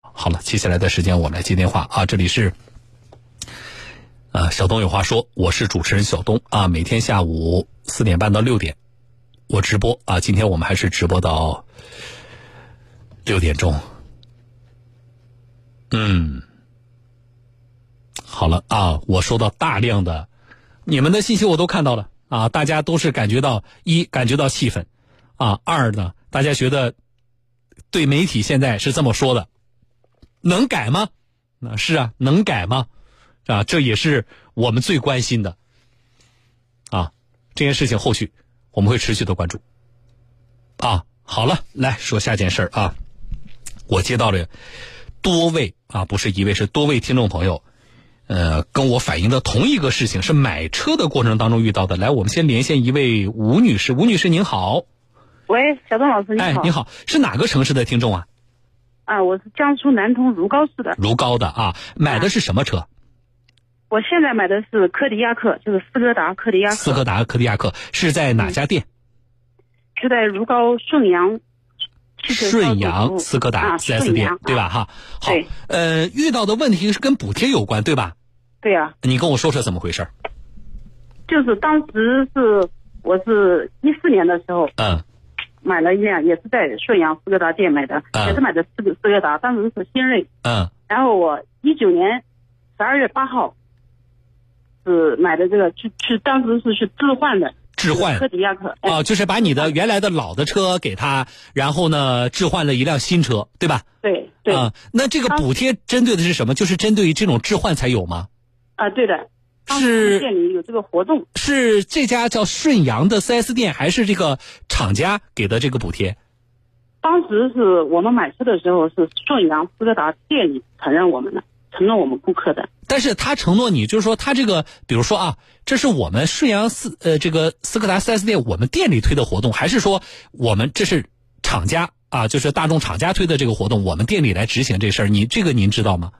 好了，接下来的时间我们来接电话啊，这里是。呃，小东有话说，我是主持人小东啊。每天下午四点半到六点，我直播啊。今天我们还是直播到六点钟。嗯，好了啊，我收到大量的你们的信息，我都看到了啊。大家都是感觉到一感觉到气愤啊，二呢，大家觉得对媒体现在是这么说的，能改吗？那、啊、是啊，能改吗？啊，这也是我们最关心的啊！这件事情后续我们会持续的关注啊。好了，来说下件事儿啊，我接到了多位啊，不是一位，是多位听众朋友，呃，跟我反映的同一个事情，是买车的过程当中遇到的。来，我们先连线一位吴女士，吴女士您好，喂，小东老师你好，哎，你好，是哪个城市的听众啊？啊，我是江苏南通如皋市的，如皋的啊，买的是什么车？啊我现在买的是柯迪亚克，就是斯柯达柯迪亚克。斯柯达柯迪亚克是在哪家店？是在如皋顺阳。顺阳斯柯啊达 4S 店啊对吧？哈，好，呃，遇到的问题是跟补贴有关对吧？对呀。你跟我说说怎么回事？就是当时是我是一四年的时候，嗯，买了一辆也是在顺阳斯柯达店买的，也是买的斯斯柯达，当时是新锐，嗯，然后我一九年十二月八号。是买的这个，去去当时是去置换的，置换柯迪亚克哎哦，就是把你的原来的老的车给他，然后呢置换了一辆新车，对吧？对对啊、嗯，那这个补贴针对的是什么？就是针对于这种置换才有吗？啊，对的，是店里有这个活动，是这家叫顺阳的 4S 店，还是这个厂家给的这个补贴？当时是我们买车的时候，是顺阳斯柯达店里承认我们的，承认我们顾客的。但是他承诺你，就是说他这个，比如说啊，这是我们顺阳斯呃这个斯柯达 4S 店我们店里推的活动，还是说我们这是厂家啊，就是大众厂家推的这个活动，我们店里来执行这事儿？你这个您知道吗？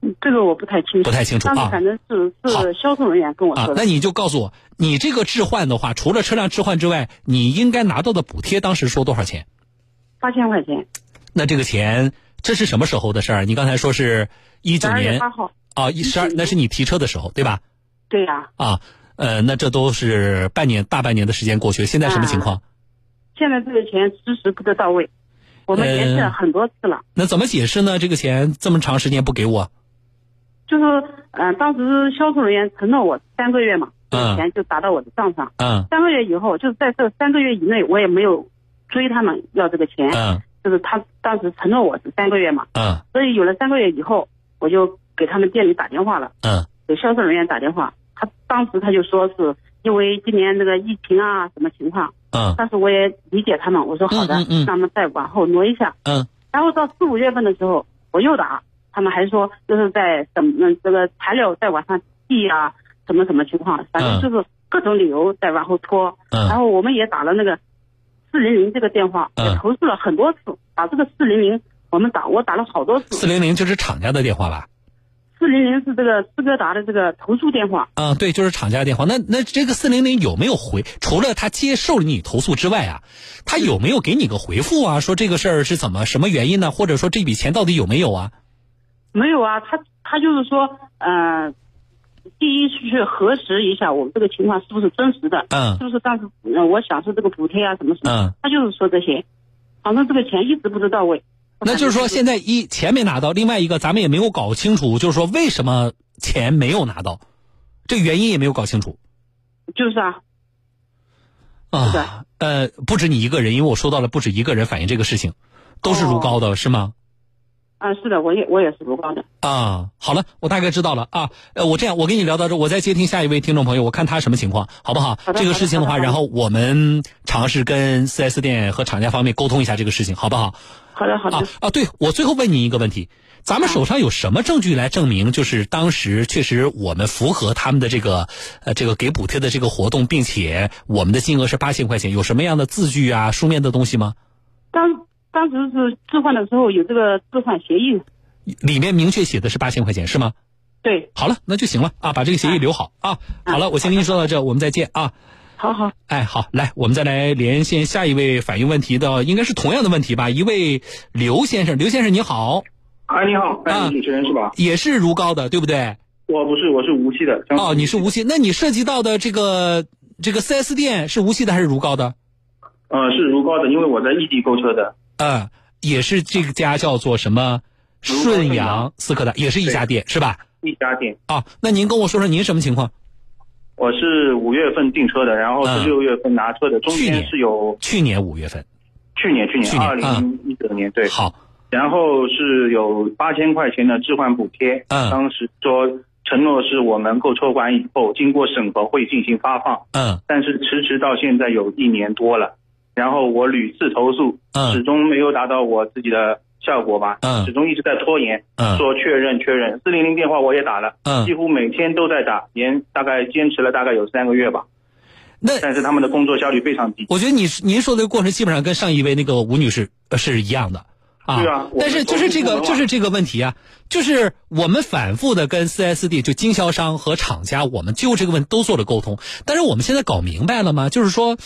嗯，这个我不太清楚，不太清楚啊。反正是是销售人员跟我说的、啊。那你就告诉我，你这个置换的话，除了车辆置换之外，你应该拿到的补贴当时说多少钱？八千块钱。那这个钱这是什么时候的事儿？你刚才说是一九年八号。啊，一十二那是你提车的时候，对吧？对呀、啊。啊，呃，那这都是半年大半年的时间过去了，现在什么情况？啊、现在这个钱支持不得到位，我们解释了很多次了、呃。那怎么解释呢？这个钱这么长时间不给我？就是，嗯、呃，当时销售人员承诺我三个月嘛，这个钱就打到我的账上。嗯。三个月以后，就是在这三个月以内，我也没有追他们要这个钱。嗯。就是他当时承诺我是三个月嘛。嗯。所以有了三个月以后，我就。给他们店里打电话了，嗯，给销售人员打电话，他当时他就说是因为今年这个疫情啊，什么情况，嗯，但是我也理解他们，我说好的，嗯嗯嗯、那么再往后挪一下，嗯，然后到四五月份的时候，我又打，他们还说就是在怎么这个材料在往上递啊，什么什么情况，反正就是各种理由在往后拖，嗯，然后我们也打了那个四零零这个电话，也投诉了很多次，打这个四零零，我们打我打了好多次，四零零就是厂家的电话吧？四零零是这个斯柯达的这个投诉电话啊，对，就是厂家电话。那那这个四零零有没有回？除了他接受你投诉之外啊，他有没有给你个回复啊？说这个事儿是怎么什么原因呢？或者说这笔钱到底有没有啊？没有啊，他他就是说，嗯、呃，第一是去核实一下我们这个情况是不是真实的，嗯，是不是当时呃我享受这个补贴啊什么什么，嗯，他就是说这些，反正这个钱一直不知到位。那就是说，现在一钱没拿到，另外一个咱们也没有搞清楚，就是说为什么钱没有拿到，这原因也没有搞清楚。就是啊，啊，呃，不止你一个人，因为我收到了不止一个人反映这个事情，都是如皋的、哦、是吗？啊，是的，我也我也是如皋的。啊，好了，我大概知道了啊。呃，我这样，我跟你聊到这，我再接听下一位听众朋友，我看他什么情况，好不好？好这个事情的话，的然后我们尝试跟四 S 店和厂家方面沟通一下这个事情，好不好？好的，好的。啊啊，对，我最后问您一个问题：咱们手上有什么证据来证明，就是当时确实我们符合他们的这个呃这个给补贴的这个活动，并且我们的金额是八千块钱，有什么样的字据啊、书面的东西吗？当当时是置换的时候有这个置换协议。里面明确写的是八千块钱，是吗？对，好了，那就行了啊，把这个协议留好啊。好了，我先跟你说到这，我们再见啊。好好，哎，好，来，我们再来连线下一位反映问题的，应该是同样的问题吧？一位刘先生，刘先生你好，哎，你好，啊哎，你主持人是吧？也是如皋的，对不对？我不是，我是无锡的。江苏哦，你是无锡，那你涉及到的这个这个 4S 店是无锡的还是如皋的？呃，是如皋的，因为我在异地购车的。嗯，也是这家叫做什么如皋顺顺阳阳斯柯达，也是一家店是吧？一家店，啊，那您跟我说说您什么情况？我是五月份订车的，然后嗯是六月份拿车的，中去间年是有去年五月份，去年去年去年啊二零一九年对，好，然后是有八千块钱的置换补贴，嗯当时说承诺是我们购车完以后经过审核会进行发放，嗯但是迟迟到现在有一年多了，然后我屡次投诉，始嗯终没有达到我自己的效果吧，嗯始终一直在拖延，嗯说确认确认，四零零电话我也打了。几嗯，乎每天都在打，连大概坚持了大概有三个月吧，那但是他们的工作效率非常低。我觉得你您说的过程基本上跟上一位那个吴女士呃是一样的啊。对啊我但是们就是这个我们就是这个问题啊，就是我们反复的跟 4S 店就经销商和厂家，我们就这个问题都做了沟通。但是我们现在搞明白了吗？就是说，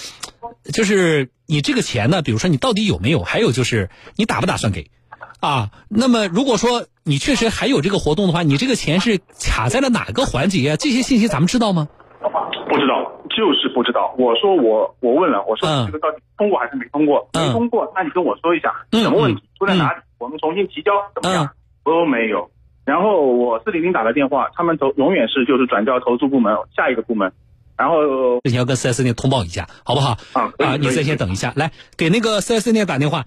就是你这个钱呢，比如说你到底有没有？还有就是你打不打算给？啊，那么如果说你确实还有这个活动的话，你这个钱是卡在了哪个环节啊呀、这些信息咱们知道吗？不知道，就是不知道。我说我我问了，我说嗯这个到底通过还是没通过？嗯没通过，那你跟我说一下嗯什么问题出在哪里，我们重新提交怎么样？都没有。然后我四零零打了电话，他们投永远是就是转交投诉部门下一个部门，然后呃这你要跟 4S 店通报一下，好不好？啊可以啊，你可以在线等一下，来给那个 4S 店打电话。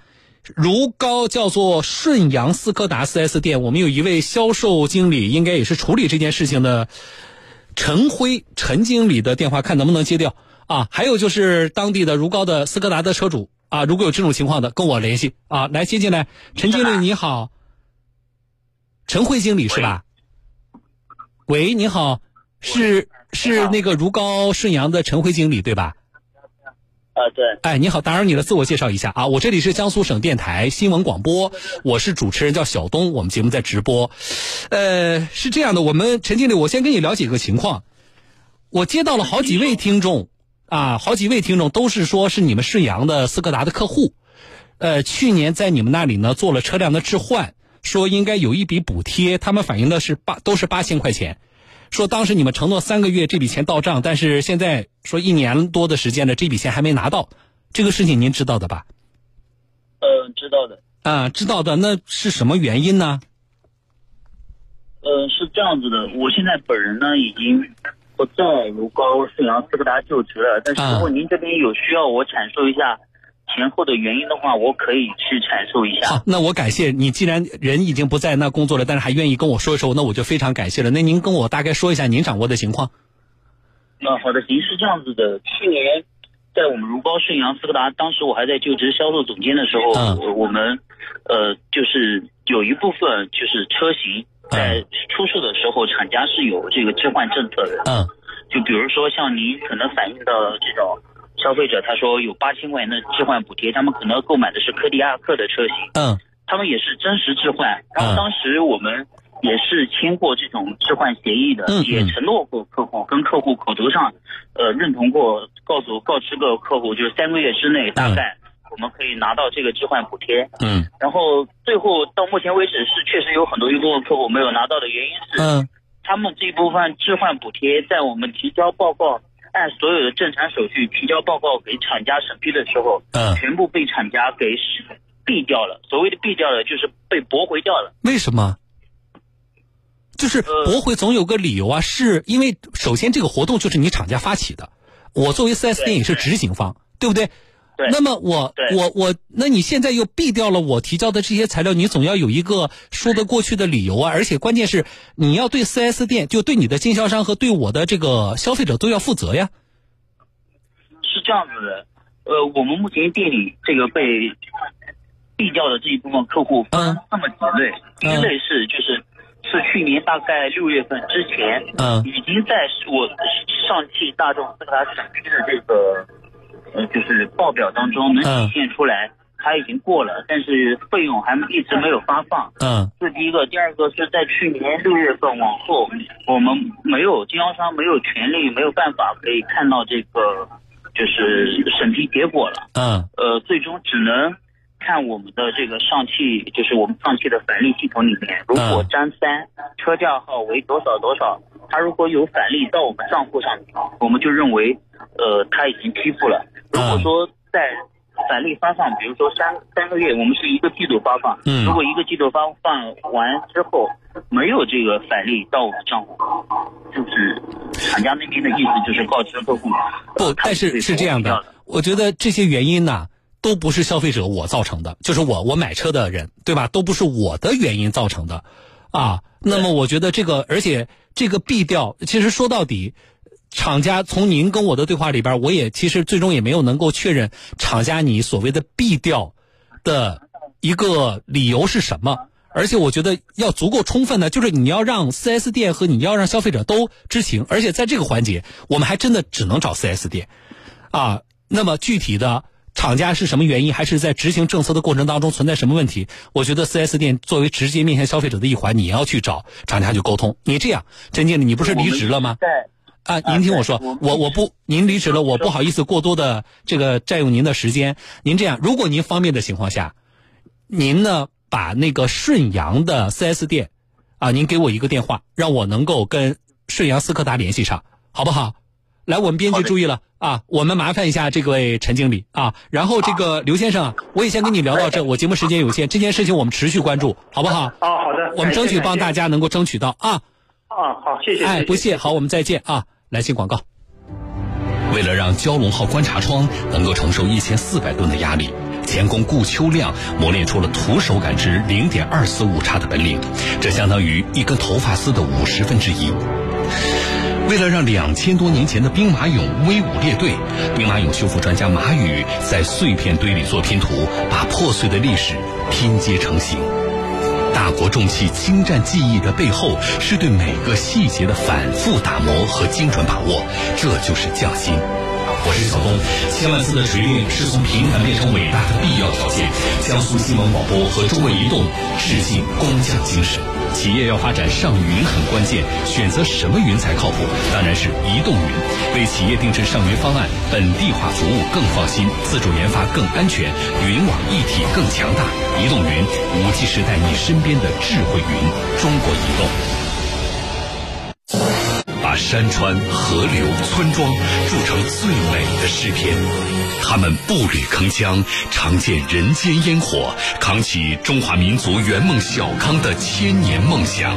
如皋叫做顺阳斯柯达 4S 店，我们有一位销售经理，应该也是处理这件事情的陈辉陈经理的电话，看能不能接掉啊。还有就是当地的如皋的斯柯达的车主啊，如果有这种情况的，跟我联系啊。来接进来，陈经理你好，陈辉经理是吧？喂，你好，是是那个如皋顺阳的陈辉经理对吧？啊，对，哎，你好，打扰你了，自我介绍一下啊，我这里是江苏省电台新闻广播，我是主持人叫小东，我们节目在直播。呃，是这样的，我们陈经理，我先跟你了解个情况，我接到了好几位听众啊，好几位听众都是说是你们顺阳的斯柯达的客户，呃，去年在你们那里呢做了车辆的置换，说应该有一笔补贴，他们反映的是八都是八千块钱，说当时你们承诺三个月这笔钱到账，但是现在说一年多的时间了，这笔钱还没拿到，这个事情您知道的吧？呃，知道的，啊、知道的，那是什么原因呢？呃，是这样子的，我现在本人呢已经不在如皋顺阳斯柯达就职了，但是如果您这边有需要我阐述一下前后的原因的话，我可以去阐述一下。好，那我感谢你，既然人已经不在那工作了，但是还愿意跟我说一说，那我就非常感谢了。那您跟我大概说一下您掌握的情况。啊，好的，行是这样子的，去年在我们如皋顺阳斯柯达，当时我还在就职销售总监的时候，嗯我我们呃就是有一部分就是车型在出售的时候，厂家是有这个置换政策的。嗯就比如说像您可能反映的这种消费者，他说有八千块钱的置换补贴，他们可能购买的是柯迪亚克的车型，嗯他们也是真实置换。然嗯后当时我们也是签过这种置换协议的嗯，也嗯承诺过客户，跟客户口头上呃认同过，告诉告知过客户，就是三个月之内大概我们可以拿到这个置换补贴。嗯然后最后到目前为止是确实有很多一部分客户没有拿到的原因是。嗯他们这一部分置换补贴，在我们提交报告，按所有的正常手续提交报告给厂家审批的时候，嗯，全部被厂家给毙掉了。所谓的毙掉了，就是被驳回掉了。为什么？就是呃驳回总有个理由啊，是因为首先这个活动就是你厂家发起的，我作为 4S 店也是执行方，对不对？对那么我对我我，那你现在又避掉了我提交的这些材料，你总要有一个说得过去的理由啊！而且关键是你要对 4S 店，就对你的经销商和对我的这个消费者都要负责呀。是这样子的，呃，我们目前店里这个被毙掉的这一部分客户嗯分这么几类，第一嗯类是就是是去年大概六月份之前，嗯已经在我上汽大众斯柯达审批的这个呃就是报表当中能嗯体现出来，它已经过了，但是费用还一直没有发放。嗯这是第一个，第二个是在去年六月份往后，我们没有经销商没有权利，没有办法可以看到这个就是审批结果了。嗯呃，最终只能看我们的这个上汽，就是我们上汽的返利系统里面，如嗯果张三车架号为多少多少，他如果有返利到我们账户上面，我们就认为呃他已经批复了。如嗯果说在返利发放，比如说三三个月，我们是一个季度发放，嗯如果一个季度发放完之后没有这个返利到我们账户，就是厂家那边的意思就是告知客户，呃不，但是是这样的，我觉得这些原因呢、都不是消费者我造成的，就是我我买车的人，对吧？都不是我的原因造成的，啊。那么我觉得这个，而且这个避掉，其实说到底，厂家从您跟我的对话里边，我也其实最终也没有能够确认厂家你所谓的避掉的一个理由是什么。而且我觉得要足够充分的，就是你要让 4S 店和你要让消费者都知情，而且在这个环节，我们还真的只能找 4S 店。啊，那么具体的厂家是什么原因，还是在执行政策的过程当中存在什么问题？我觉得 4S 店作为直接面向消费者的一环，你要去找厂家去沟通。你这样，陈经理，你不是离职了吗？在啊，您听我说，对我们我我不，您离职了，我不好意思过多的这个占用您的时间。您这样，如果您方便的情况下，您呢把那个顺阳的 4S 店啊，您给我一个电话，让我能够跟顺阳斯柯达联系上，好不好？来，我们编好辑的注意了啊，我们麻烦一下这位陈经理啊，然后这个刘先生啊，我也先跟你聊到这，我节目时间有限，这件事情我们持续关注，好不好？哦，好的，我们争取帮大家。家能够争取到啊。啊，好，谢谢。哎，不谢，好，我们再见啊！来信广告。为了让蛟龙号观察窗能够承受一千四百吨的压力，钳工顾秋亮磨练出了徒手感知零点二四误差的本领，这相当于一根头发丝的五十分之一。为了让两千多年前的兵马俑威武列队，兵马俑修复专家马宇在碎片堆里做拼图，把破碎的历史拼接成型。大国重器精湛技艺的背后，是对每个细节的反复打磨和精准把握，这就是匠心。我是小东，千万次的锤炼是从平凡变成伟大的必要条件。江苏新闻广播和中国移动致敬工匠精神。企业要发展上云很关键，选择什么云才靠谱？当然是移动云。为企业定制上云方案，本地化服务更放心，自主研发更安全，云网一体更强大。移动云，五 G 时代你身边的智慧云。中国移动。把山川、河流、村庄铸成最美的诗篇。他们步履铿锵，尝见人间烟火，扛起中华民族圆梦小康的千年梦想。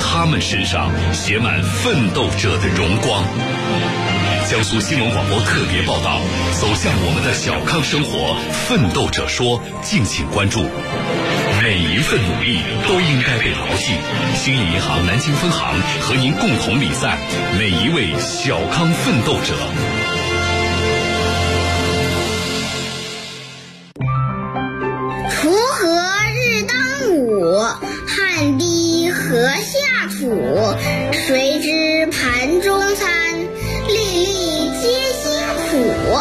他们身上写满奋斗者的荣光。江苏新闻广播特别报道：走向我们的小康生活，奋斗者说，敬请关注。每一份努力都应该被牢记。兴业银行南京分行和您共同礼赞每一位小康奋斗者。锄禾日当午，汗滴禾下土。谁知盘中餐，粒粒皆辛苦。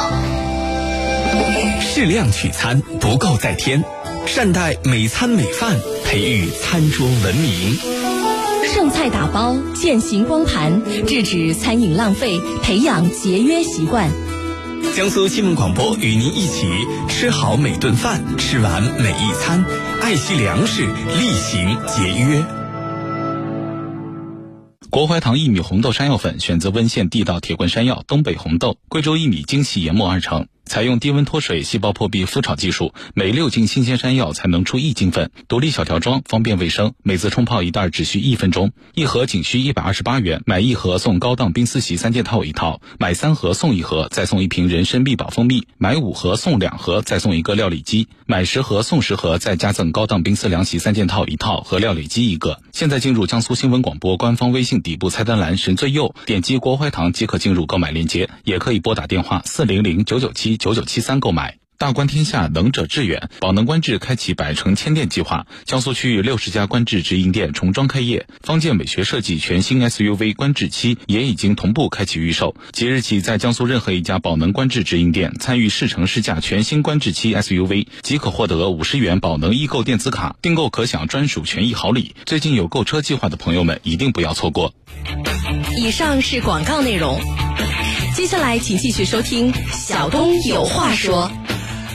适量取餐，不够再添。善待每餐每饭，培育餐桌文明。剩菜打包，践行光盘，制止餐饮浪费，培养节约习惯。江苏新闻广播与您一起吃好每顿饭，吃完每一餐，爱惜粮食，厉行节约。国槐堂薏米红豆山药粉选择温县地道铁棍山药、东北红豆、贵州薏米精细研磨而成，采用低温脱水、细胞破壁复炒技术，每六斤新鲜山药才能出一斤粉，独立小条装，方便卫生。每次冲泡一袋只需一分钟，一盒仅需一百二十八元，买一盒送高档冰丝席三件套一套，买三盒送一盒，再送一瓶人参必宝蜂蜜，买五盒送两盒，再送一个料理机，买十盒送十盒，再加赠高档冰丝凉席三件套一套和料理机一个。现在进入江苏新闻广播官方微信底部菜单栏神最右，点击国槐堂即可进入购买链接，也可以拨打电话四零零九九七九九七三购买。大观天下，能者致远。宝能观致开启百城千店计划，江苏区域六十家观致直营店重装开业。方健美学设计全新 SUV 观致七也已经同步开启预售，即日起在江苏任何一家宝能观致直营店参与试乘试驾全新观致七 SUV，即可获得五十元宝能易购电子卡，订购可享专属权益好礼。最近有购车计划的朋友们，一定不要错过。以上是广告内容，接下来请继续收听《小东有话说》。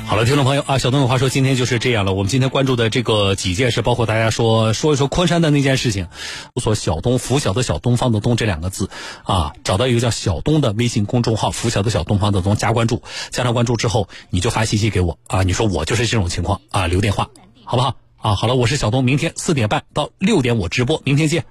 好了，听众朋友啊，小东有话说，今天就是这样了。我们今天关注的这个几件事，包括大家说说一说昆山的那件事情，搜索“小东”拂晓的小东方的东这两个字啊，找到一个叫小东的微信公众号，拂晓的小东方的东加关注，加上关注之后，你就发信息给我啊，你说我就是这种情况啊，留电话好不好？啊，好了，我是小东，明天四点半到六点我直播，明天见。